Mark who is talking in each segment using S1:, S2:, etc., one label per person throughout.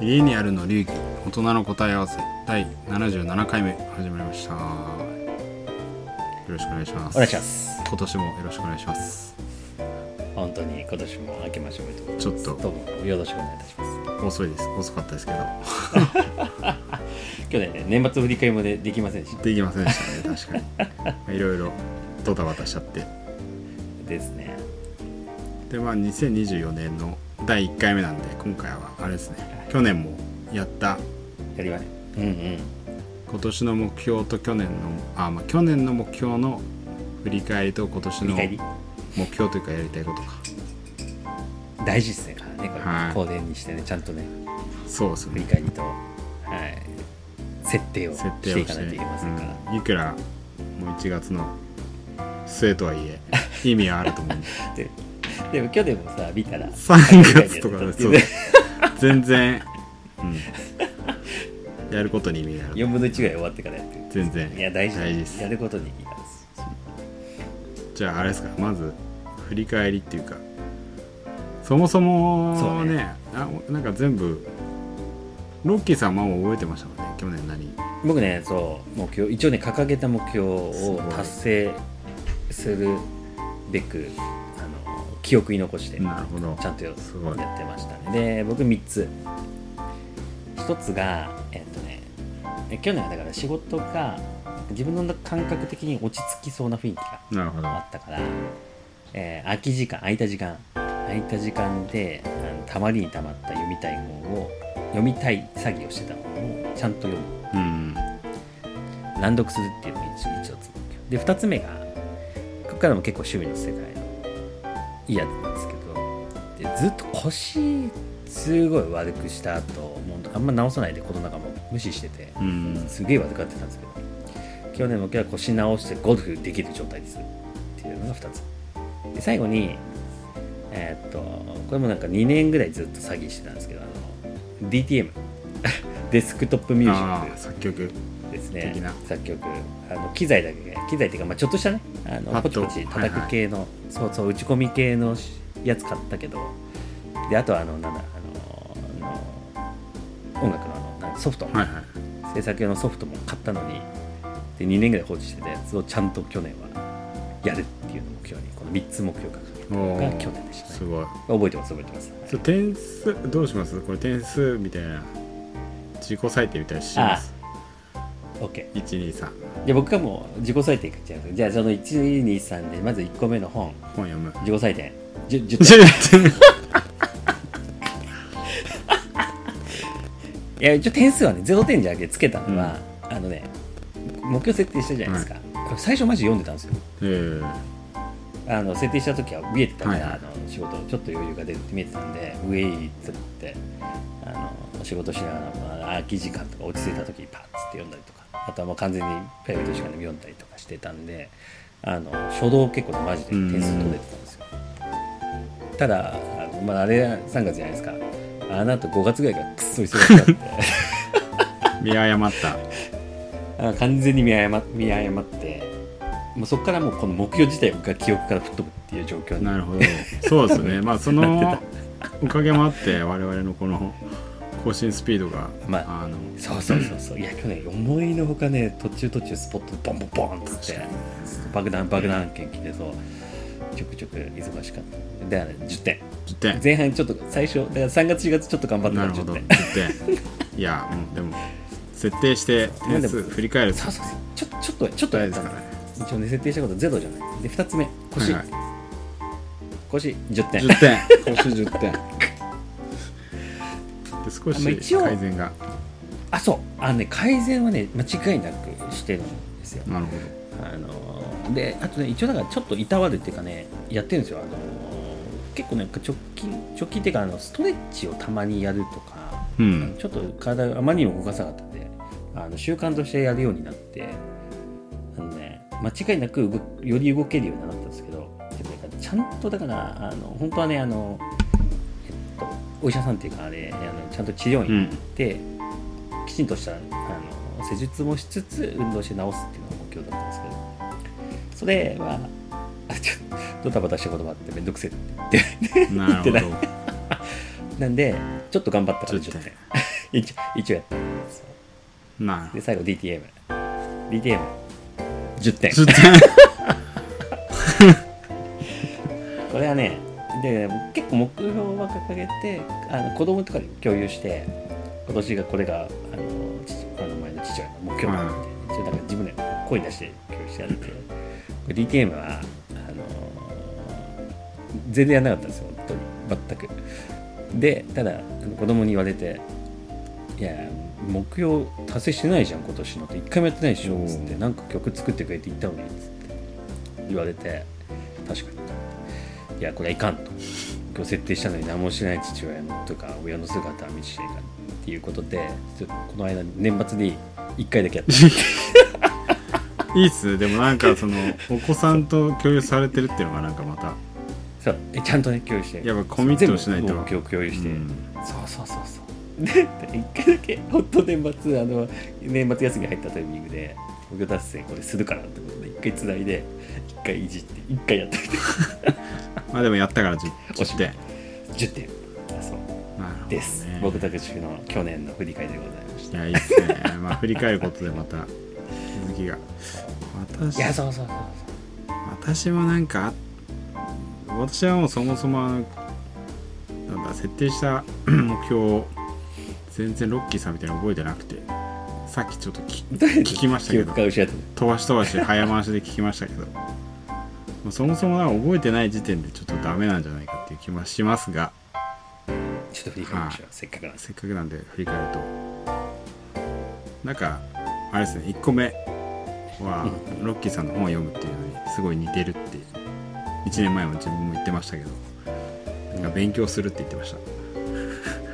S1: 家にあるの流儀大人の答え合わせ第77回目始まりましたよろしくお願いします
S2: お願いします
S1: 今年もよろしくお願いします
S2: 本当に今年も明けましておめでとうございます
S1: ちょっと
S2: どうもよろしくお願いいたしま
S1: 遅いです遅かったですけど
S2: す去年ね年末振り返りもでできませんでした
S1: できませんでしたね確 かにまあいろいろドタバタしちゃって
S2: ですね
S1: でまあ2024年の第1回目なんで今回はあれですね去年もやった
S2: やりまねうんうん
S1: 今年の目標と去年のあまあ去年の目標の振り返りと今年
S2: 振り
S1: の
S2: 返り
S1: 目標というかやりたいことか
S2: 大事ですねからねこれ、
S1: はい
S2: 後年にしてねちゃんとね
S1: そうですね
S2: 振り返りとはい設定を
S1: 設
S2: し
S1: 定
S2: て
S1: を
S2: い
S1: し
S2: か
S1: て
S2: ないといけませんから、
S1: うんいくらもう1月の末とはいえ意味はあると思うんで
S2: ででも去年もさ見たら
S1: 3月とかだ
S2: だ
S1: とそう 全然、うん、やることに意味がある
S2: 4分の1ぐらい終わってからやってる
S1: 全然
S2: いや大事
S1: 大事です
S2: やることにいいます
S1: じゃああれですかまず振り返りっていうかそもそも
S2: そう
S1: ね
S2: ね
S1: あなんか全部ロッキーさんはもう覚えてましたもんね去年何
S2: 僕ねそう目標一応ね掲げた目標
S1: すご
S2: を
S1: い
S2: 達成するべくあの記憶に残してち
S1: なるほど
S2: ゃんとやっ
S1: すごい
S2: てましたねで僕3つ1つがえっとねえ去年はだから仕事が自分の感覚的に落ち着きそうな雰囲気が
S1: なるほど
S2: あったから、えー空き時間空いた時間空いた時間であのたまりにたまった読みたい本を読みたい作業してたのをちゃんと読む
S1: うん
S2: 乱読するっていうのが一一応つ目標で2つ目がここからも結構趣味の世界のいいやつなんですけどでずっと腰すごい悪くした後もうあんま直さないでこの中も無視してて
S1: うん
S2: すげえ悪くなってたんですけど去年僕は腰直してゴルフできる状態ですっていうのが2つで最後にえーっとこれもなんか2年ぐらいずっと詐欺してたんですけどあの DTM デスクトップミュージッ
S1: あ
S2: ク
S1: あ作曲
S2: ですね
S1: 的な
S2: 作曲あの機材だけ機材っていうか、まあ、ちょっとしたねあ
S1: パッと
S2: のポチポチ叩
S1: はいは
S2: く
S1: い
S2: 系の、そうそう打ち込み系のしやつ買ったけどであとはあのなんだあのあの音楽のあのなんだソフト、
S1: はいはい
S2: 制作用のソフトも買ったのにで2年ぐらい放置してたやつをちゃんと去年はやるっていうのを目標にこの3つ目標が
S1: お
S2: が
S1: ー
S2: 去年でした
S1: す
S2: ね
S1: ごい
S2: 覚えてます覚えてます
S1: それ点数どうしますこれ点数みたいな自己採点みたいなのします
S2: はい OK
S1: 123
S2: じゃあ僕はもう自己採点いっちゃいますじゃあその123でまず1個目の本
S1: 本読む
S2: 自己採点 10, 10点
S1: 10
S2: いや一応点数はね0点じゃなくてつけたのは、あのね目標設定したじゃないですか、これ最初マジで読んでたんですよ
S1: え
S2: あの設定した時は見えてたから、
S1: はいはい
S2: あの仕事ちょっと余裕が出るって見えてたんでウェイって思ってあの仕事しながら、まあ、空き時間とか落ち着いた時にパッつって読んだりとかあとはもう完全にプライベート時間でも読んだりとかしてたんであの初動結構ねマジで点数取れてたんですよただあの、まあ、あれ3月じゃないですかあのあと5月ぐらいからくっそ忙しかったんで
S1: ー見誤った
S2: あ完全に見誤見誤ってもうそこからもうこの目標自体が記憶から吹っ飛ぶっていう状況に
S1: なるほどそうです ねまあそのおかげもあって我々のこの更新スピードが、
S2: まあ
S1: の
S2: そうそうそうそういや去年思いのほかね途中途中スポットボンボンボンっつっ
S1: 確
S2: て
S1: か
S2: 爆弾爆弾案件来てそうちょくちょく忙しかったであれ10点
S1: 10点
S2: 前半ちょっと最初だから3月4月ちょっと頑張った
S1: な
S2: か
S1: る
S2: ら
S1: ほど
S2: 10
S1: 10
S2: 点
S1: 点いやうんでも設定して点数振り返る
S2: そうそうそうちょっとちょっとちょっと
S1: 大
S2: や
S1: 事
S2: っ
S1: です
S2: たん
S1: か
S2: だ
S1: らね
S2: 一応ね設定したことゼロじゃないで2つ目腰、
S1: はいは
S2: 腰10
S1: い
S2: 点
S1: 10点星10点で少
S2: まあ
S1: し
S2: 一応
S1: 改善が
S2: あそうあのね改善はね間違いなくしてるんですよ
S1: なるほ
S2: あのーであとね一応だからちょっといたわるっていうかねやってるんですよ、あのー結構ね直近直近っていうかあのストレッチをたまにやるとか
S1: どうん
S2: ちょっと体があまりにも動かさなかったんであの習慣としてやるようになってあのね間違いなく動くより動けるようになったんですけどでもなんかちゃんとだからあの本当はねあの、えっと、お医者さんっていうかあれあのちゃんと治療
S1: う
S2: 院
S1: ん
S2: できちんとしたあの施術もしつつ運動して治すっていうのが目標だったんですけどそれはあちょっとドタバタしたこともあってめんどくせえって言って
S1: なるほど
S2: なんでちょっと頑張ったから10
S1: 10
S2: 点
S1: 点
S2: 一応一応やったんですよ
S1: な
S2: で最後 DTM DTM10 点
S1: ずっと
S2: これはねで結構目標は掲げてあの子供とかに共有して今年がこれがあの父あの前の父親の目標だみたいな一応なんか自分で声に出して共有してやってこれ DTM はあの全然やんなかったんですよ本当に全くでただあの子供に言われていや目標達成してないじゃん今年のって一回もやってないでしょ
S1: おー
S2: つってなんか曲作ってくれって言ったのにつって言われて確かにいやこれはいかんと今日設定したのに何もしない父親のとか親の姿は見せていかんっていうことでちょっとこの間年末に1回 だけやった
S1: いいっすねでもなんかそ のお子さんと共有されてるっていうのがなんかまた
S2: そうえちゃんとね共有して
S1: やっぱコミットをしないと
S2: 全部目標を共有して、
S1: うん
S2: そうそうそうそうで一回だけほんと年末あの年末休み入ったタイミングで「目標達成これするから」ってことで一回つないで一回いじって一回やってみて
S1: まあでもやったから10
S2: おし
S1: 10
S2: まい
S1: 点
S2: 10点あ
S1: なるほ
S2: そう
S1: どね
S2: です、僕たちの去年の振り返りでございまし
S1: い
S2: た
S1: やいいっすねまあ振り返ることでまた気づきが私
S2: いやそうそうそう
S1: 私もなんか私はもうそもそもあのなんだ設定した 目標を全然ロッキーさんみたいに覚えてなくてさっきちょっと き
S2: そう
S1: 聞きましたけ
S2: 記
S1: ど
S2: 憶が失って
S1: 飛ばし飛ばし早回しで聞きましたけどまあそもそもなんか覚えてない時点でちょっとダメなんじゃないかっていう気もしますが
S2: ちょっと振り返りましょう、せっかくなんです
S1: せっかくなんで振り返るとなんかあれですね1個目はロッキーさんの本を読むっていうのにすごい似てるって1年前も自分も言ってましたけどなんか勉強するって言ってました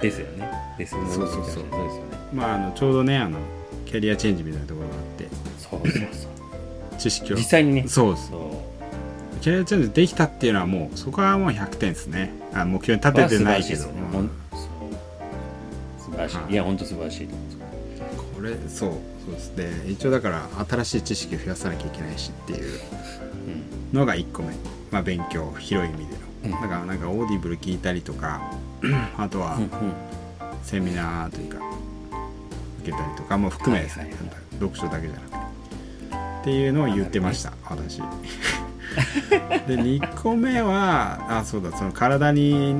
S2: ですよねですよね
S1: そうそうそう
S2: そうですよね
S1: まああのちょうどねあのキャリアチェンジみたいなところがあって
S2: そうそうそう
S1: 知識を
S2: 実際にね
S1: そうです
S2: そう
S1: キャリアチェンジできたっていうのはもうそこはもう100点ですねあ目標に立ててないけど
S2: 素晴らしですね
S1: う
S2: ほん
S1: ん
S2: そう素晴らしい、い、や本当素晴らしいと思うんですよ
S1: これそうそうですね一応だから新しい知識を増やさなきゃいけないしっていうのが1個目、まあ、勉強広い意味での、
S2: うん
S1: だからなんかオーディブル聞いたりとか あとは
S2: うんうんうん
S1: セミナーというか受けたりとかも含めですね、
S2: はいはいはい
S1: なんか読書だけじゃなくてっていうのを言ってました、 私で2個目はあそうだその体に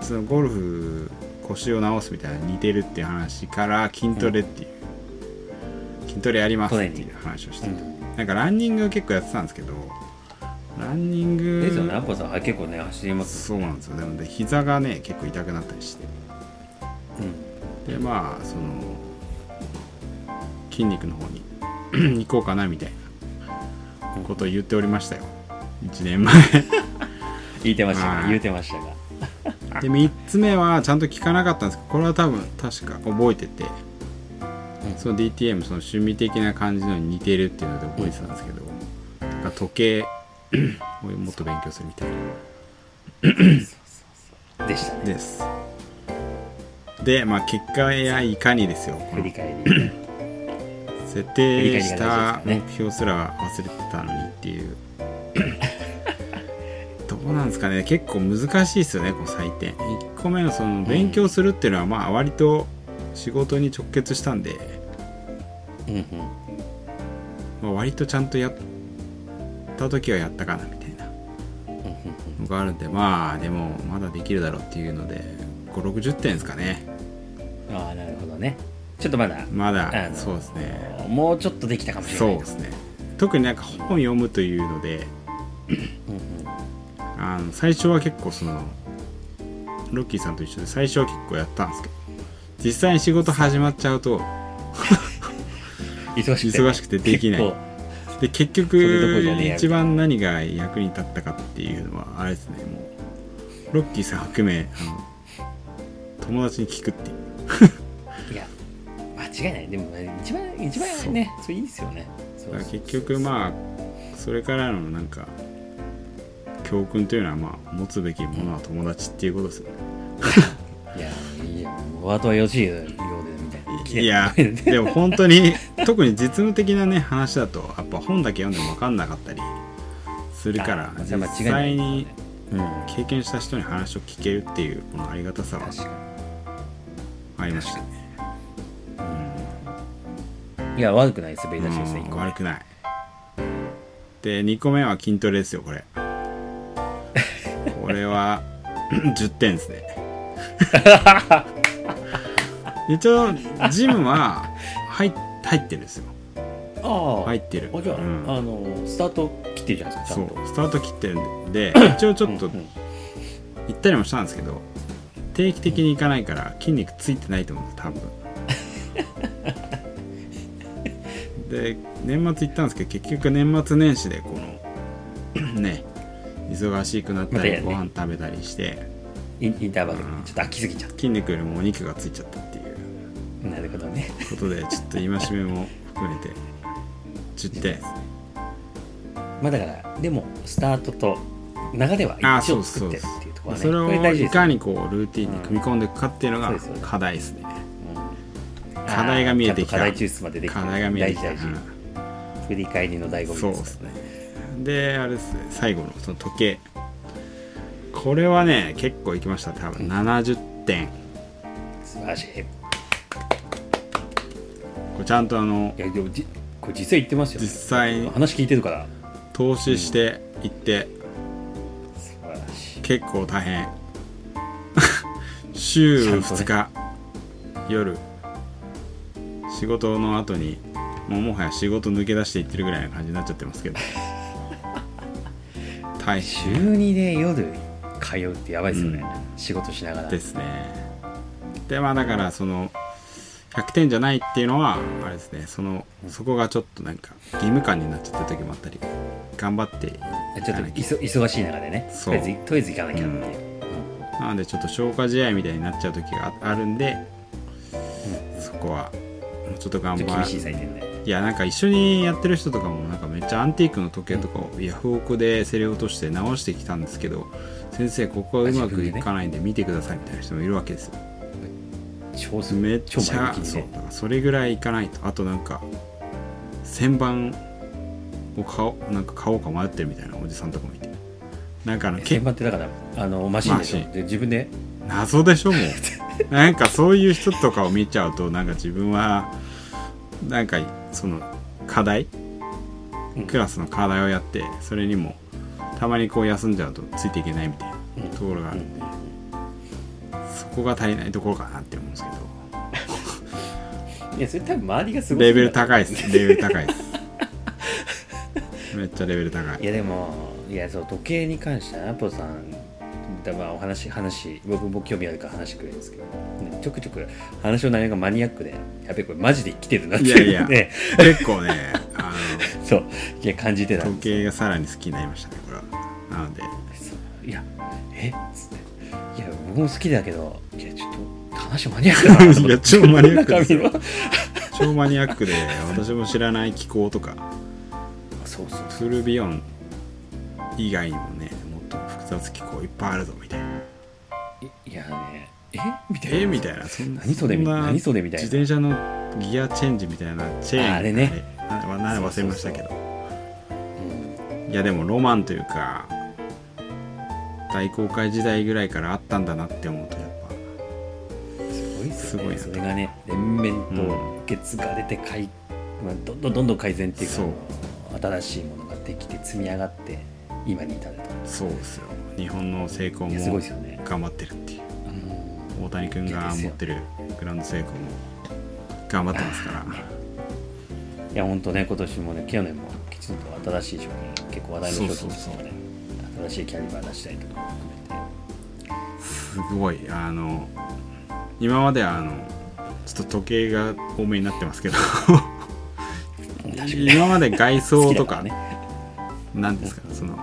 S1: そのゴルフ腰を治すみたいなのに似てるっていう話から筋トレっていう、筋トレやりますっていう話をしてて、なんかランニング結構やってたんですけどランニング
S2: ですよね、アッパさんは結構ね、走ります。
S1: そうなんですよなので膝がね結構痛くなったりして
S2: うん。
S1: でまあその筋肉の方に 行こうかなみたいなことを言っておりましたよ1年前
S2: 言ってました
S1: は
S2: が、
S1: い
S2: 言ってましたが。
S1: で3つ目はちゃんと聞かなかったんですけどこれは多分確か覚えてて
S2: うん
S1: その DTM その趣味的な感じのに似てるっていうので覚えてたんですけど、なんか時計 をもっと勉強するみたいな
S2: でしたね。
S1: ですでまあ結果やいかにですよこ
S2: 振
S1: の
S2: り返り。
S1: 設定した目標すら忘れてたのにっていうどうなんですかね結構難しいですよねこう採点1個目のその勉強するっていうのはまあ割と仕事に直結したんで、
S2: うんうん。
S1: まあ、割とちゃんとやった時はやったかなみたいな
S2: うんうん
S1: のがあるんでまあでもまだできるだろうっていうので560点ですかね
S2: うんああ、なるほどね。ちょっとまだ、
S1: ま
S2: あ
S1: だ
S2: の
S1: そうですね
S2: もうちょっとできたかもしれ
S1: そ
S2: な
S1: う
S2: い
S1: で。すね特になんか本読むというので
S2: うんうん
S1: あの最初は結構そのロッキーさんと一緒で最初は結構やったんですけど実際に仕事始まっちゃうと
S2: 忙しくて。
S1: 忙しくてできない
S2: 結構
S1: で結
S2: それどころじゃ
S1: 局
S2: ねえや
S1: 一番何が役に立ったかっていうのはあれですねもうロッキーさん含めあの友達に聞くっていう
S2: いや、間違いない。でもね、一番、一番ね、それいいですよね。そ
S1: だ
S2: う
S1: から結局まあそれからのなんか教訓というのはまあ持つべきものは友達っていうことですよね
S2: いや、いいじゃん。お後はよろしいようで、みたいな。来て
S1: い やでも本当に特に実務的なね話だとやっぱ本だけ読んでも分かんなかったりするから
S2: あじゃあ
S1: 実
S2: 間違いな
S1: 際
S2: い
S1: に
S2: うん。
S1: 経験した人に話を聞けるっていうこのありがたさは
S2: 確かに。
S1: ありましたね
S2: いや悪くない滑り出しですね
S1: う
S2: 一
S1: ん
S2: 個
S1: 悪くないで2個目は筋トレですよこれこれは 10点 ですね一応ジムは入っ入ってるんですよ
S2: ああ、
S1: 入ってる
S2: あじゃあ、
S1: うん
S2: あのスタート切ってるじゃないです
S1: そ
S2: かちゃ
S1: う
S2: んと
S1: スタート切ってるんで 一応ちょっと
S2: うんうん
S1: 行ったりもしたんですけど定期的に行かないから筋肉ついてないと思うんです 多分で年末行ったんですけど結局年末年始でこの ね忙しくなった
S2: またや
S1: りご
S2: ね
S1: 飯食べたりして
S2: インインターバルにちょっと飽きすぎちゃっ
S1: 筋肉よりもお肉がついちゃったっていう
S2: たなるほどね
S1: ことでちょっと戒めも含めて10点
S2: まあだからでもスタートと流れは
S1: ああ
S2: 一
S1: そ
S2: 応
S1: うですそう
S2: 作って
S1: で
S2: る
S1: す
S2: っていうところはね
S1: それ
S2: こ大
S1: をい
S2: 事ですよ
S1: かにこうルーティンに組み込んでいくかっていうのが
S2: そうですそうです
S1: 課題ですね
S2: うん
S1: 課題が見えてきた
S2: ああちゃんと課題抽出までできた
S1: 課題が見えてきた
S2: 大事大
S1: うん
S2: 事振り返りの醍醐味
S1: そうですねであれですね最後のその時計これはね結構いきました多分70点
S2: 素晴らしいい
S1: これちゃんとあの
S2: やでもじこれ実際言ってますよ
S1: 実際に
S2: 話聞いてるから
S1: 投資していって
S2: 素晴らしい
S1: 結構大変 週
S2: ちゃんと
S1: 2
S2: ね
S1: 日、夜仕事の後にもうもはや仕事抜け出していってるぐらいな感じになっちゃってますけど大
S2: 週
S1: 変
S2: 2で夜通うってやばいですよね、仕事しながら
S1: ですねでまあだからその100点じゃないっていうのはあれですねそのそこがちょっとなんか義務感になっちゃった時もあったり頑張ってい
S2: ちょっ
S1: か
S2: と
S1: なき
S2: いそ忙しい中でねと
S1: そう
S2: りあえずとりあえず行かなきゃっていう、
S1: ゃなのでちょっと消化試合みたいになっちゃう時がああるんで、そこはもうちょっと頑
S2: ちょっと
S1: 張
S2: 厳しい
S1: る
S2: 採点で
S1: いやなんか一緒にやってる人とかもなんかめっちゃアンティークの時計とかをヤフオクで競り落として直してきたんですけど先生ここはうまくいかないんで見てくださいみたいな人もいるわけですよ
S2: 超す
S1: めっち
S2: 超前
S1: ゃ
S2: 向きに
S1: そう
S2: ね
S1: だからそれぐらいいかないとあとなんか旋盤を買おうなんか買おうか迷ってるみたいなおじさんとかもいてなんかあのけ
S2: 鍵盤ってだからあのマシンでしょ
S1: マシン
S2: で自分で
S1: 謎で しょもうなんかそういう人とかを見ちゃうとなんか自分はなんかその課題
S2: うん
S1: クラスの課題をやってそれにもたまにこう休んじゃうとついていけないみたいなところがあるんで、そこが足りないところかなって思うんですけど
S2: いやそれ多分周りがすごい
S1: レベル高い ですレベル高いですめっちゃレベル高
S2: い
S1: い
S2: やでもいやそう時計に関してはアポさん多分お話話僕も興味あるから話してくれるんですけど、ねちょくちょく話の内容がマニアックでやべこれマジで生きてるなって
S1: い
S2: いう
S1: や
S2: の
S1: いや
S2: で
S1: 結構ねあ
S2: そういや感じてた
S1: の
S2: ん
S1: 時
S2: で
S1: 計
S2: すよ
S1: がさらに好きになりましたねこれはなので
S2: そういやえっつっていや僕も好きだけどいやちょっと話マニアックだなと思って
S1: いや超マニアックですよ
S2: 中身は
S1: 超マニアックで私も知らない気候とか
S2: そうそう
S1: フルビヨン以外にもねもっと複雑気候いっぱいあるぞみたいない
S2: いやねえみたいな
S1: えみたいなそんな
S2: 何それみ
S1: んな
S2: 何それみたいな
S1: 自転車のギアチェンジみたいなチェーン
S2: ああれね
S1: あれなな忘れましたけど
S2: うん
S1: いやでもロマンというか大航海時代ぐらいからあったんだなって思うとやっ
S2: すごいっす
S1: すごいな
S2: よねそれがね連綿と受け継がれてかい、まあ、どんどんどんどん改善っていうか
S1: そう
S2: 新しいものができて積み上がって今に至ると
S1: ぱそうですよ日本の成功
S2: い
S1: も
S2: やすごいですよね
S1: 頑張ってるっていう
S2: うん
S1: 大谷君が持ってるグランド成功も頑張ってますから
S2: いや本当ね今年もね去年もきちんと新しい商品結構話題の商品とかもね新しいキャリバー出したりとかも含
S1: すごいあの今まではあのちょっと時計が多めになってますけど
S2: めて確かに
S1: 今まで外装とか
S2: 好きだら
S1: なんですかその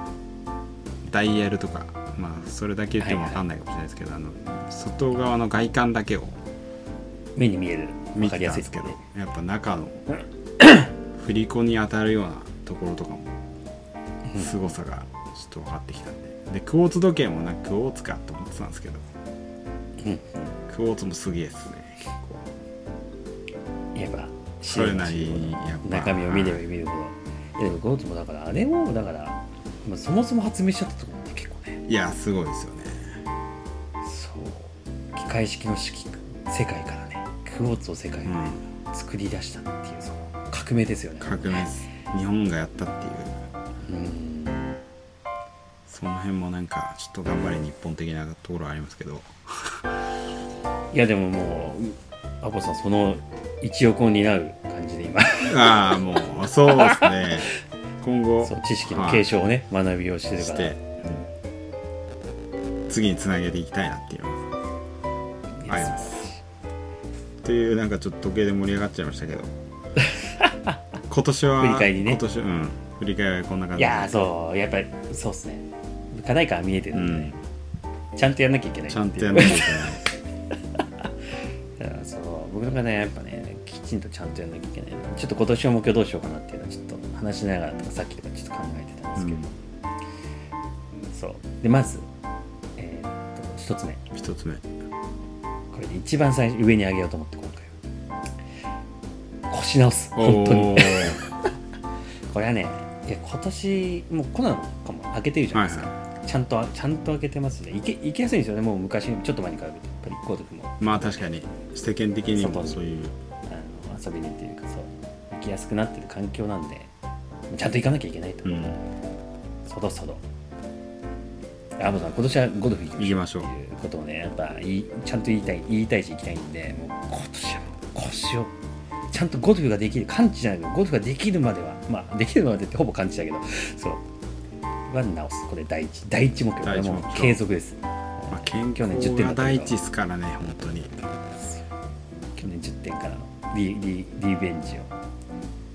S1: ダイヤルとかまあそれだけ言っても分かんないかもしれないですけど、あの外側の外観だけを
S2: 目に見える分
S1: 見
S2: か
S1: て
S2: りや
S1: たん
S2: すい
S1: でけ
S2: ですすけ
S1: ど
S2: ど
S1: やっぱ中の 振り子に当たるようなところとかも凄さがちょっと分かってきたんででクォーツ時計もなクォーツかと思ってたんですけど
S2: うん
S1: クォーツもすげえですね結構
S2: やっぱ
S1: それなりにやっぱ
S2: 中身を見れば見るほどいやでもゴートもだからあれをだから、まあ、そもそも発明しちゃったところって結構ね
S1: いやすごいですよね
S2: そう機械式の式世界からねクォーツを世界に、ね
S1: うん
S2: 作り出したっていうその革命ですよね
S1: 革命です日本がやったっていう
S2: うん
S1: その辺もなんかちょっと頑張れ日本的なところはありますけど
S2: いやでももうアポさんその一翼を担う感じで 今
S1: ああもうそうですね今後
S2: そう知識の継承をね、学びをしてる
S1: し
S2: か
S1: て
S2: ら、
S1: うん次につなげていきたいなっていうありますっていうなんかちょっと時計で盛り上がっちゃいましたけ ど今年は
S2: 振り返りね
S1: 今年うん振り返りはこんな感じ
S2: い
S1: で
S2: やーそうやっぱりそうっすね課題感は見えてる
S1: うん
S2: で
S1: ん
S2: ね、ちゃんとやんなきゃいけない
S1: ちゃんとやんなきゃいけない
S2: だからそう僕の課題はやっぱねきちんとちゃんとやんなきゃいけないちょっと今年の目標どうしようかなっていうのはちょっと話しながらとかさっきとかちょっと考えてたんですけど、そうでまずえーっと一つ目
S1: うん一つ目
S2: これで一番最初上に上げようと思って今回は腰直す本当
S1: お
S2: に
S1: ー
S2: これはねいや今年もうコロナかも開けてるじゃないですか、
S1: はい
S2: ちゃんとちゃんと開けてますね行け行きやすいんですよねもう昔ちょっと前に比べてやっぱりこうとも
S1: まあ確かに世間的にもそういう
S2: あの遊びにっていうかそう行きやすくなってる環境なんでちゃんと行かなきゃいけないと、
S1: うん
S2: そどそどアボさん今年はゴルフ行
S1: 行
S2: き
S1: き
S2: ま
S1: ま
S2: し
S1: し
S2: ょ
S1: ょ
S2: う
S1: う
S2: っていうことをねやっぱ言いちゃんと言いたい言いたいし行きたいんでもう今年はもう腰をちゃんとゴルフができる完治じゃないけどゴルフができるまではまあできるまでってほぼ完治だけどそうは直すこれ第一第一目標
S1: 第一
S2: こ
S1: 目
S2: れ
S1: 標
S2: もう継続です
S1: まあ、健
S2: 去年10
S1: 康
S2: 点だ
S1: が
S2: った
S1: 第
S2: け
S1: 一
S2: ど
S1: ですからね本当に
S2: 去年10点からのリリリベンジを、ね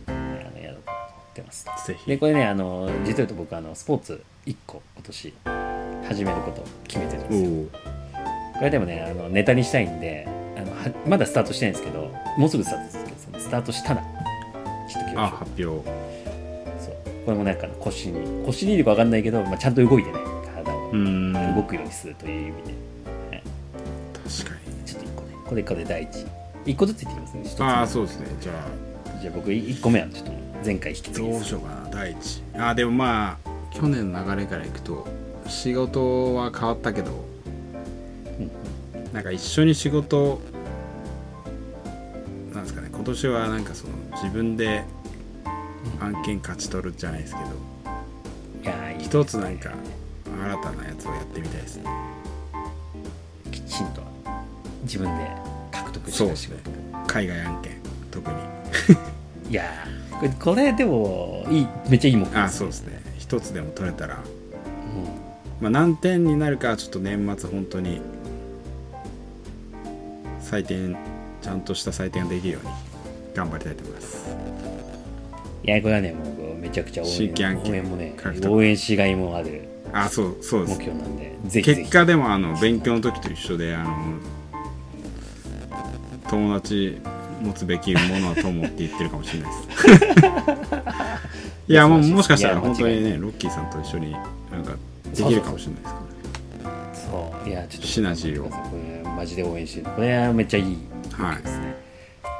S2: あのやろうかなと思ってます
S1: ぜひ
S2: でこれねあの実を言うと僕あのスポーツ1個今年始めることを決めてるん
S1: お
S2: ですよ
S1: お
S2: これでもねあのネタにしたいんであのはまだスタートしてないんですけどもうすぐスタートですけどそのスタートしたらちょっと今
S1: あ
S2: 日
S1: 発表
S2: そうこれもなんか腰に腰にいるか分かんないけど、まあ、ちゃんと動いてない体を
S1: うーん
S2: 動
S1: 確か
S2: くようにするという意味で、はいちょっと1個ねこれこれ第一1個ずついってきますね一つ
S1: に
S2: 目
S1: ああそうですねじゃあ
S2: じゃあ僕1個目はちょっと前回引き継ぎ
S1: ど
S2: で
S1: うし
S2: す
S1: ようかな第一ああでもまあ去年の流れからいくと仕事は変わったけど
S2: うん
S1: なんか一緒に仕事なんですかね今年はなんかその自分で案件勝ち取るじゃないですけど
S2: いやーいい
S1: 一つなんか新たなやつをやってみたいですね
S2: きちんと自分で獲得し
S1: そう
S2: て
S1: ですね海外案件特に
S2: いやーこれこれでもいいめっちゃいい目標
S1: あそうですね一つでも取れたら、
S2: う
S1: まあ、何点になるかはちょっと年末本当に採点ちゃんとした採点ができるように頑張りたいと思います
S2: んいやこれはねもうめちゃくちゃ応
S1: 新規案
S2: 援
S1: 件
S2: 応援もね
S1: 獲得
S2: 応援しがいもある
S1: あそうそうで
S2: 目
S1: す
S2: 標なんでぜひぜ
S1: 結
S2: ひ
S1: 果でもあの勉強の時と一緒であの友達持つべきものは友って言ってるかもしれないです いやもうもしかしたら本当に
S2: い
S1: ねロッキーさんと一緒になんかできるかもしれないですからね
S2: そういやちょっと
S1: シナジーを
S2: これマジで応援してるこれはめっちゃいい
S1: はい
S2: ですね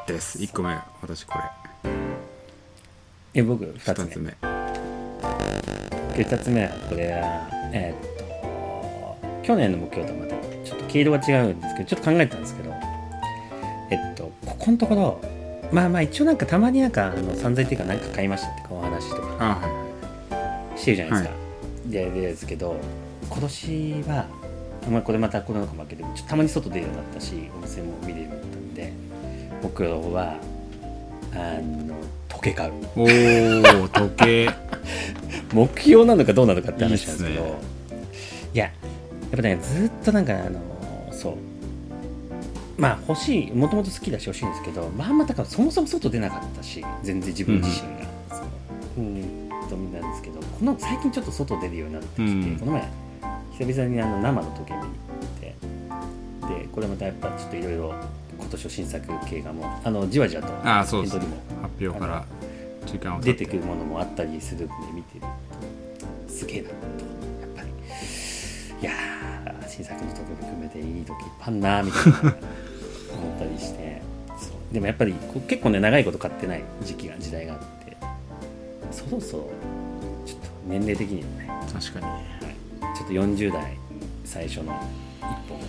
S1: です1個目私これ
S2: え僕2つ
S1: 2
S2: 目
S1: つ目
S2: 2つ目はこれはえーっと去年の目標とはまたちょっと毛色が違うんですけどちょっと考えたんですけどえっとここのところまあまあ一応なんかたまになんかあの散財っていうか何か買いましたってお話とか
S1: あはいはい
S2: してるじゃないですか、ででですけど今年は、まあ、これまたコロナ禍も明けてちょっとたまに外出るようになったしお店も見れるようになったんで目標はあの時計買う
S1: おお時計
S2: 目標なのかどうなのかって話なんですけ
S1: い
S2: ど
S1: いっ
S2: いややっぱねずっとなんかあのそうまあ欲しいもともと好きだし欲しいんですけどまあまあだからそもそも外出なかったし全然自分自身が、そううんと見たんですけどこの最近ちょっと外出るようになってきて、
S1: うん
S2: この前久々にあの生の時計見に行ってでこれまたやっぱちょっといろいろ今年の新作系がもうあのじわじわと
S1: あそうですね
S2: エンドにも
S1: 発表から時間を経
S2: 出
S1: って
S2: くるものもあったりするんで見てるとすげえなとやっぱりいやー新作の時も含めていい時いっぱいあんなーみたいな思ったりしてそうでもやっぱりこう結構ね長いこと買ってない時期が時代があってそろそろちょっと年齢的にもね
S1: 確かにね
S2: ちょっと40代最初の一本を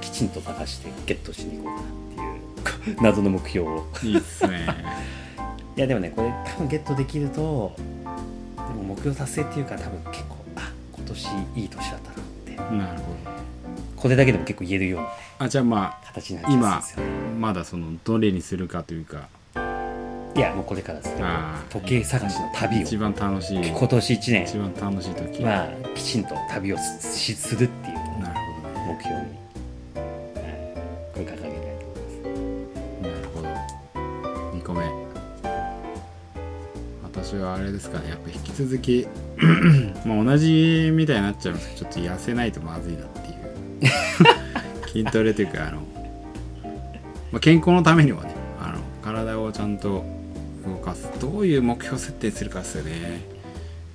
S2: きちんと 探してゲットしに行こうかなっていう謎の目標を
S1: いいっすね
S2: いやでもねこれ多分ゲットできるとでも目標達成っていうか多分結構あ今年いい年だったなって
S1: なるほど
S2: これだけでも結構言えるようなね
S1: あじゃあま
S2: 形になっちゃうんですよね
S1: あまだそのどれにするかというか
S2: いやもうこれからですね
S1: あー
S2: 時計探しの旅を
S1: 一番楽しい
S2: 今年1
S1: 一
S2: 年
S1: 番楽しい時、
S2: まあきちんと旅をすしするっていうのを
S1: なるほどね
S2: 目標に、はい、これ掲げたいと思います
S1: なるほど2個目私はあれですかねやっぱ引き続き まあ同じみたいになっちゃうんですけどちょっと痩せないとまずいなっていう筋トレというかあの、まあ、健康のためにもねあの体をちゃんと動かすどういう目標設定するかですよね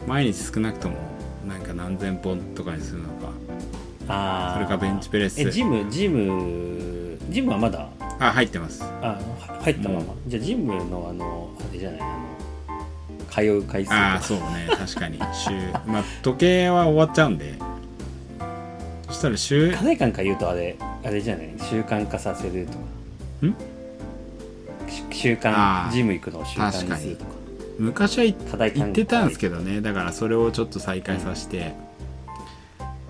S1: 毎日少なくともなんか何千本とかにするのか
S2: あー
S1: それかベンチプレス
S2: えジムジムジムはまだ
S1: あ入ってます
S2: あは入ったまま、じゃあジムのあのあれじゃないあの通う回数と
S1: ああ
S2: か
S1: そうね確かに週まあ時計は終わっちゃうんでそしたら週
S2: 課題感か言うとあれあれじゃない習慣化させるとか
S1: ん
S2: し習
S1: あ
S2: 慣
S1: ー
S2: ジム行くのを習慣にするとか
S1: 昔は行
S2: 課題感
S1: 行ってたんですけどねだからそれをちょっと再開させて、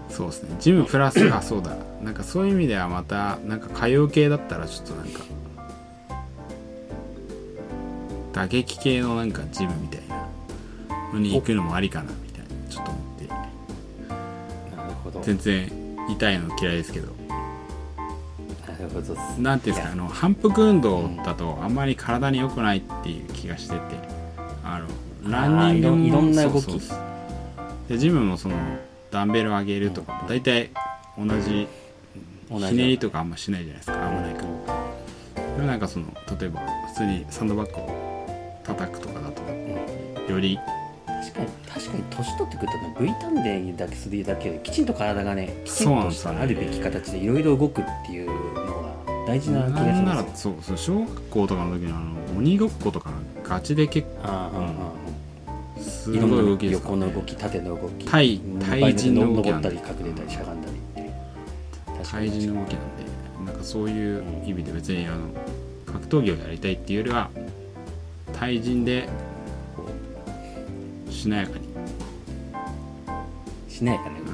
S1: そうですねジムプラスあそうだなんかそういう意味ではまたなんか通う系だったらちょっとなんか打撃系のなんかジムみたいなのに行くのもありかなみたいなちょっと思って
S2: なるほどな
S1: 全然痛いの嫌いですけど
S2: るほどっす
S1: なんていうんですかあの反復運動だとあんまり体に良くないっていう気がしててあのランニングも
S2: いろんいろんな動き
S1: そうそうそうでジムもそのダンベルを上げるとかも大体同じ
S2: 同じ
S1: ひねりとかあんましないじゃないですか危ないからでもなんかその例えば普通にサンドバッグを叩くとかだとより
S2: 確かに確かに年取ってくるとね V ターンでだけするだけよりきちんと体がねきち
S1: そうんなん
S2: と
S1: で
S2: し
S1: すよ
S2: た
S1: ね
S2: あるべき形でいろいろ動くっていうのが大事な
S1: な
S2: 気がし
S1: んな
S2: ま
S1: ら
S2: すよ
S1: そうそう小学校とかの時のあの鬼ごっことかガチで結構
S2: あーあーあ
S1: す
S2: ー
S1: ご
S2: い
S1: い
S2: ろんな
S1: 動きですから
S2: 横
S1: ね
S2: の動き縦の動き
S1: 対対人の動き
S2: 登
S1: な
S2: っ
S1: ん
S2: た
S1: で
S2: り隠れたりしゃがんだりって確か
S1: 対
S2: に
S1: 人の動きなんでなんかそういう意味で別にあの格闘技をやりたいっていうよりは対人でこうしなやかに、
S2: しないかね動き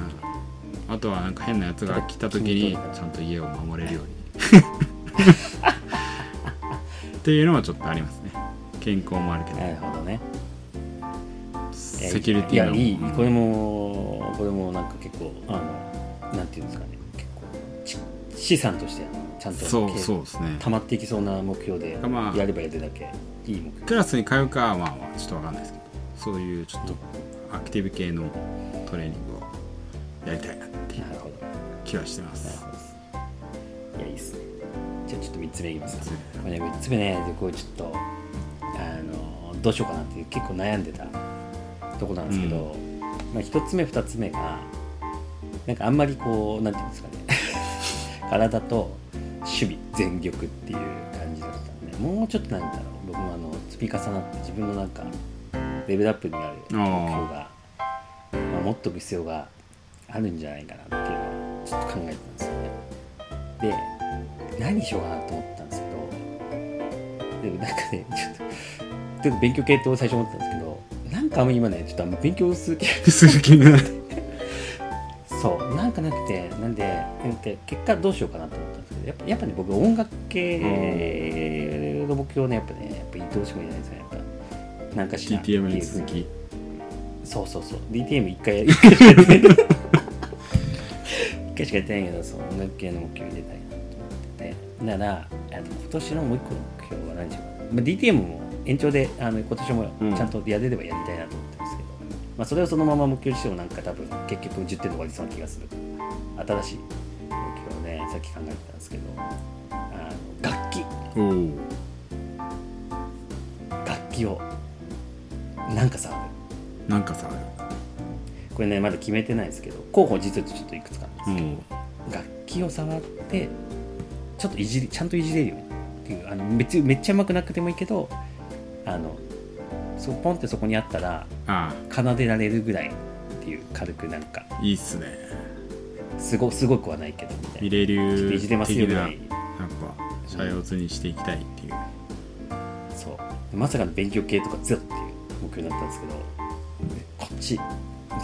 S1: あとはなんか変なやつが来た時にちゃんと家を守れるようにっていうのはちょっとありますね健康もあるけど
S2: なるほどねいや
S1: セキュリティの
S2: いやいいこれもこれもなんか結構あのなんていうんですかね結構ち資産としてあのちゃんと
S1: そう
S2: 計
S1: そうですね
S2: 溜まっていきそうな目標で
S1: まあ
S2: やればやるだけいい目標
S1: クラスに通うかはまあまあちょっとわかんないですけどそういうちょっとアクティブ系のトレーニングをやりたいなっていう
S2: なるほど
S1: 気はしてます
S2: いやいいっすねじゃあちょっと3つ目いきますかこれね3つ目ねでこれちょっとあのどうしようかなっていう結構悩んでたとこなんですけど、まあ、1つ目2つ目がなんかあんまりこうなんていうんですかね 体と趣味全力っていう感じだったんでもうちょっとなんだろう僕もあの積み重なって自分のなんかレベルアップになる目標が、まあ、持っとく必要があるんじゃないかなっていうのをちょっと考えてたんですよねで何しようかなと思ったんですけどでもなんかねちょっとちょっと勉強系って最初思ってたんですけどなんかあんま今ねちょっとあんま勉強する気が
S1: する気になる
S2: そうなんかなくてなんでなんか結果どうしようかなと思ったんですけどやっぱやっぱね僕音楽系の目標ねやっぱねやっぱどうしてもいないですよねやっぱなんかしら
S1: TTM に続き
S2: そうそうそう DTM 一回一回しかやってない一回しかやってないけどそう音楽系の目標入れたいなと思っててならあの今年のもう一個の目標は何でしょう、まあ、DTM も延長であの今年
S1: うん
S2: もちゃんとやれればやりたいなと思ってますけど、まあ、それをそのまま目標にしてもなんか多分結局10点で終わりそうな気がする新しい目標をねさっき考えてたんですけどあの楽器
S1: おお
S2: 楽器をなんかさ
S1: なんかさ
S2: これねまだ決めてないですけど候補実はちょっといくつかあるんですけど、
S1: も
S2: 楽器を触ってちょっといじりちゃんといじれるようにっていうあの別にめっちゃうまくなくてもいいけどあのそうポンってそこにあったら
S1: うあ
S2: 奏でられるぐらいっていう軽くなんか
S1: あいいっすね
S2: すごすごくはないけどみたい
S1: 入
S2: な
S1: れ
S2: ちょっと
S1: 流
S2: いじれます
S1: 的
S2: よぐ
S1: な
S2: ら
S1: やっ
S2: い
S1: ぱシャイオツにしていきたいっていう
S2: そそうまさかの勉強系とかゼロっていう目標だったんですけどこっち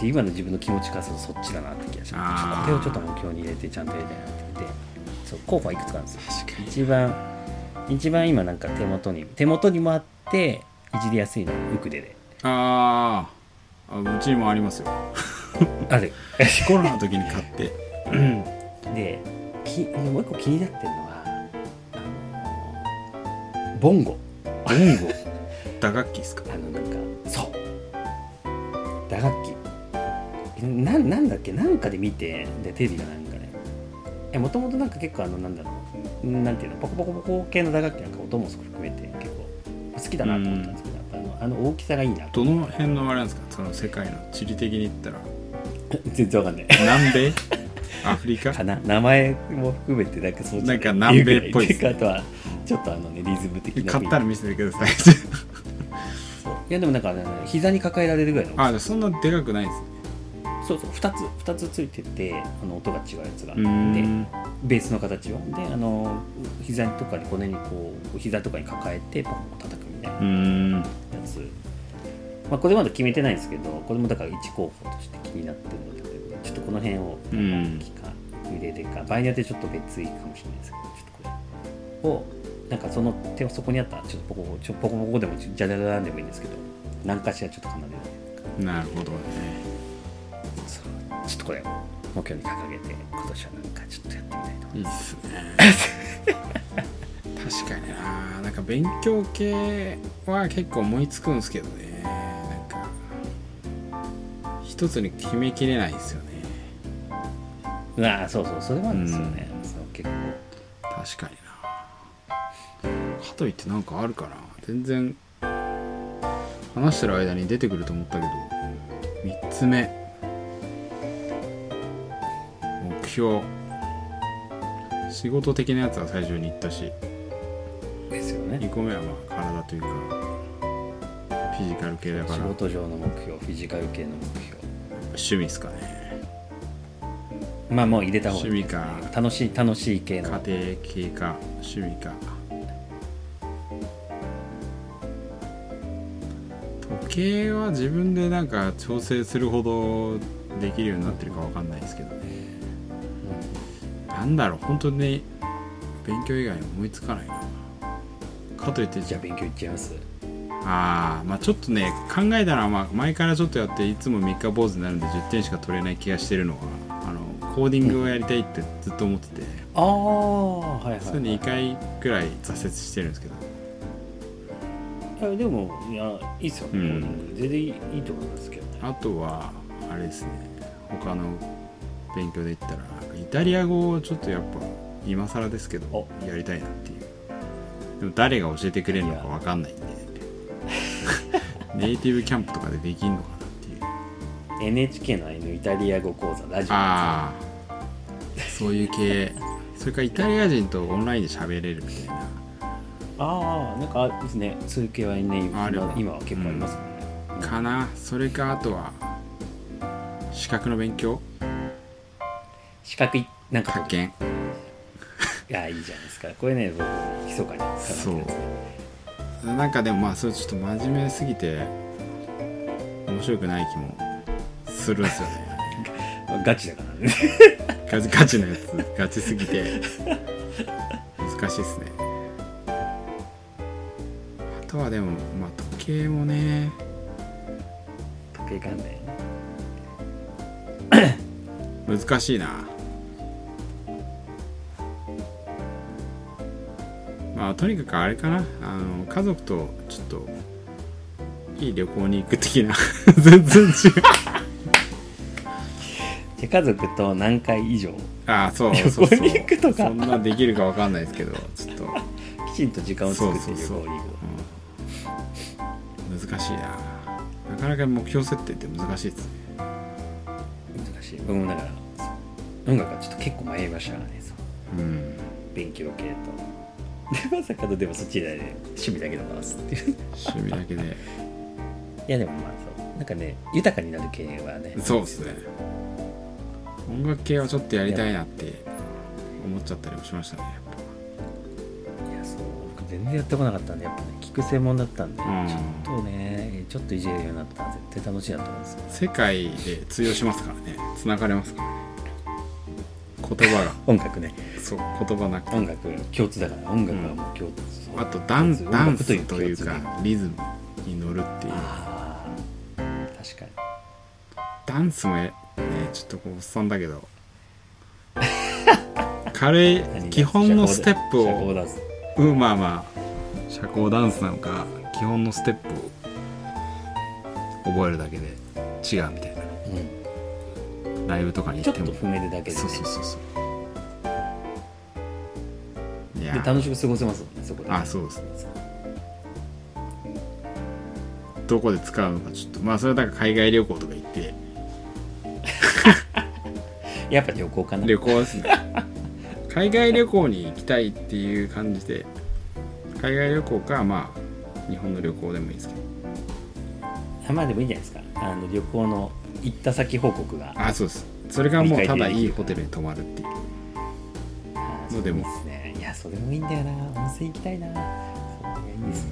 S2: で今の自分の気持ちからするとそっちだなって気がしま
S1: あー
S2: すこれをちょっと目標に入れてちゃんとやりたいなって言ってそう候補はいくつかあるんですよ
S1: 確かに
S2: 一番一番今なんか手元に手元にもあっていじりやすいのはウクレレ
S1: あーあうちにもありますよ
S2: ある
S1: コロナの時に買って
S2: できもう一個気になってるのはあのボンゴボン ゴ
S1: 打楽器ですか
S2: あのなんかそう打楽器ななんだっけなんかで見てでテレビがなんかねえもともとなんか結構あのなんだろうなんていうのポコポコポコ系の打楽器なんか音も含めて結構好きだなと思ったんですけど、やっぱあのあの大きさがいいなと
S1: どの辺のあれなんですかその世界の地理的に言ったら
S2: 全然わかんない
S1: 南米 アフリカ
S2: かな名前も含めてなんかそう
S1: なんか南米っぽいです
S2: てうぐらいっていうかあとはちょっとあのねリズム的な
S1: 買ったら見せてください
S2: そういやでもなんかね膝に抱えられるぐらいの大きさ
S1: あじゃあそんなでかくないですね
S2: そうそう2つ二つついててあの音が違うやつがあっ
S1: う
S2: て
S1: ーん
S2: ベースの形はであの膝とかに骨にこう膝とかに抱えてポンポン叩くみたいうな
S1: ーん
S2: やつ、まあ、これまだ決めてないんですけどこれもだから一候補として気になってるのでちょっとこの辺を
S1: うん
S2: 木か腕でか場合によってちょっと別行くかもしれないですけどちょっとこれをなんかその手をそこにあったちょっとポコちょポコポコでもちょじゃらららでもいいんですけど何かしらちょっと奏でる
S1: なるほどね
S2: そうちょっとこれを目標に掲げて今年はなんかちょっとやってみたいと思います
S1: いいっす ね確かにななんか勉強系は結構思いつくんですけどねなんか一つに決めきれないですよね
S2: うわーそうそうそれもあるんですよね、そう結構
S1: 確かになかといってなんかあるかな全然話してる間に出てくると思ったけど3つ目目標仕事的なやつは最初に言ったし
S2: ですよね
S1: 2個目はまあ体というかフィジカル系だから
S2: 仕事上の目標フィジカル系の目標
S1: 趣味ですかね
S2: まあもう入れた方がいい、
S1: 趣味か
S2: 楽しい楽しい系
S1: 家
S2: の
S1: 庭系か趣味か時計は自分でなんか調整するほどできるようになってるかわかんないですけどねなんだろう本当に勉強以外思いつかないなかといって
S2: じ
S1: じ
S2: ゃ
S1: ゃ
S2: あ勉強いっちゃいます
S1: ああーまあちょっとね考えたらまあ前からちょっとやっていつも3日坊主になるんで10点しか取れない気がしてるのはあのコーディングをやりたいってずっと思ってて、
S2: ああはいはい、
S1: それ2回くらい挫折してるんですけど
S2: あでもいやいいっすよね、
S1: うん
S2: コーディング全然いいいいと思いますけどね
S1: あとはあれですね他の勉強で言ったらイタリア語をちょっとやっぱ今更ですけどやりたいなっていうでも誰が教えてくれるのか分かんないんでネイティブキャンプとかでできんのかなっていう
S2: NHK のあのイタリア語講座ラジオ
S1: ああそういう系それからイタリア人とオンラインで喋れるみたいな
S2: あーなんかあれですねそういう系はね今
S1: あるわ
S2: 今は結構ありますもんね、うん
S1: かなそれかあとは資格の勉強
S2: 資格いなんか
S1: 派遣
S2: いやいいじゃないですかこれね僕密かに使ってるんですね
S1: なんかでもまあそれちょっと真面目すぎて面白くない気もするんですよね
S2: ガチだから ね
S1: ガチガチのやつガチすぎて難しいですねあとはでもまあ時計もね
S2: 時計関連
S1: 難しいなまあとにかくあれかなあの家族とちょっといい旅行に行く的な 全然違う
S2: 手家族と何回以上
S1: ああそうそうそう
S2: 旅行に行くとか
S1: そんなできるかわかんないですけどちょっと、
S2: きちんと時間を作って
S1: そう
S2: 旅
S1: そうそう
S2: 行に行く
S1: うん難しいななかなか目標設定って難しいですね
S2: 難しい僕もだからそう音楽はちょっと結構迷いましたからねそう
S1: うん
S2: 勉強系とでまさかのでもそっち以外で趣味だけの話すっていうい
S1: 趣味だけで
S2: やでもまあそうなんかね豊かになる系はね
S1: そうですね音楽系はちょっとやりたいなって思っちゃったりもしましたねやっ
S2: いやそう僕全然やってこなかったんでやっぱね聞く専門だったんで、
S1: うん
S2: ちょっとねちょっといじれるようになったら絶対楽しいなと思うんですよ
S1: 世界で通用しますからねつながれますからね言葉が
S2: 音楽ね
S1: そう言葉なくて
S2: 音楽共通だから音楽はもう共通、
S1: あとダン
S2: 音楽
S1: ダンスという
S2: 共通
S1: かリズムに乗るっていう
S2: あー確かに
S1: ダンスもねちょっとこうおっさんだけど軽い
S2: 何が
S1: 基本のステップ
S2: 社交
S1: を
S2: ダンス社交ダン
S1: うんまあまあ社交ダンスなのか基本のステップを覚えるだけで違うみたいな
S2: スう
S1: ライブとかに
S2: ん、
S1: 行
S2: ちょ
S1: っ
S2: ってと
S1: も
S2: 踏めるだけで,、ね、
S1: そうそうそうそういや
S2: で
S1: ー
S2: 楽しく過ごせますもんねそこで
S1: あそうですねどこで使うのかちょっとまあそれはだから海外旅行とか行って
S2: やっぱ旅行かな
S1: 旅行です ね海外旅行に行きたいっていう感じで海外旅行かまあ日本の旅行でもいいですけど
S2: あまあでもいいんじゃないですかあの旅行の行った先報告が
S1: あそうですそれがもうただいいホテルに泊まるっていう
S2: あー
S1: のでも
S2: いいっすねいやそれもいいんだよな温泉行きたいなそれがいいですね、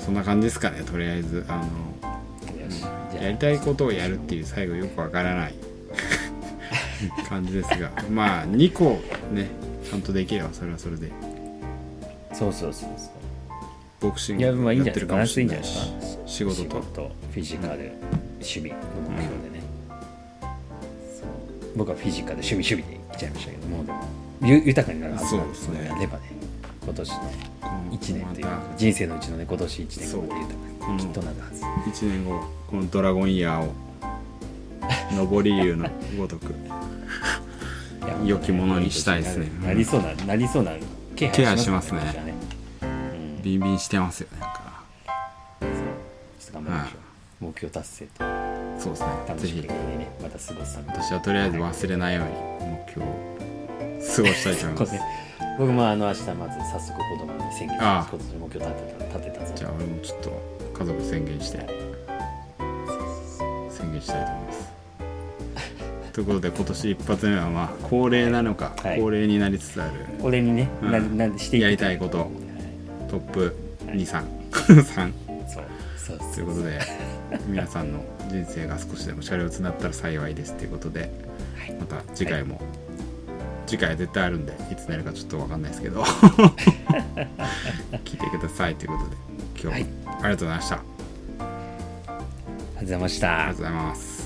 S1: そんな感じですかねとりあえずあの
S2: よしじゃあ
S1: やりたいことをやるっていう最後よくわから ない感じですがまあ2個ねちゃんとできればそれはそれで
S2: そうそうそうそう
S1: ボクシン
S2: いやま
S1: グ
S2: あいい
S1: や
S2: ん
S1: っ
S2: じゃな
S1: て
S2: いで
S1: る
S2: す
S1: か
S2: か
S1: もしれない
S2: バランスいいんじゃないで
S1: し
S2: すか
S1: 仕事と
S2: フィジカル、趣味の目標でね、そう僕はフィジカル趣味趣味で来ちゃいましたけどもうでもゆ豊かになるはずなんです
S1: そうですね
S2: やればね今年ね
S1: うん
S2: 1年という
S1: ま
S2: か人生のうちのね今年1年
S1: そう
S2: まで豊かにきっとなるはず
S1: た1年後この「ドラゴンイヤー」を上り竜のごと く
S2: いや本当ね
S1: 良きものにしたいですね
S2: なりそうななりそうな気
S1: 気配しますね
S2: 私はうん
S1: ビンビンしてますよねなんか
S2: そうちょっと頑張りましょう目標達成と
S1: そうですね
S2: 楽
S1: ぜ
S2: しみ
S1: ひ
S2: にねまた過ごすため
S1: 私はとりあえず忘れないように目標を過ごしたいと思い
S2: こ
S1: ま
S2: う
S1: す
S2: ね僕もあの明日まず早速子供に宣言し
S1: あ
S2: ま
S1: あ
S2: す今年の目標立てた立てたぞ
S1: じゃあ俺もちょっと家族宣言して宣言したいと思います ということで今年一発目はまあ恒例なのか、
S2: はい
S1: 恒例になりつつある
S2: 俺にね、
S1: うん
S2: ななんでしていく
S1: やりたいこと
S2: は
S1: トップ233
S2: いそうそう
S1: ということ で皆さんの人生が少しでも車両つなったら幸いですということで
S2: はい
S1: また次回も、次回は絶対あるんでいつになるかちょっと分かんないです けど聞いてくださいということで今日、
S2: はい
S1: ありがとうございましたあり
S2: ありがとうございました
S1: がとうございます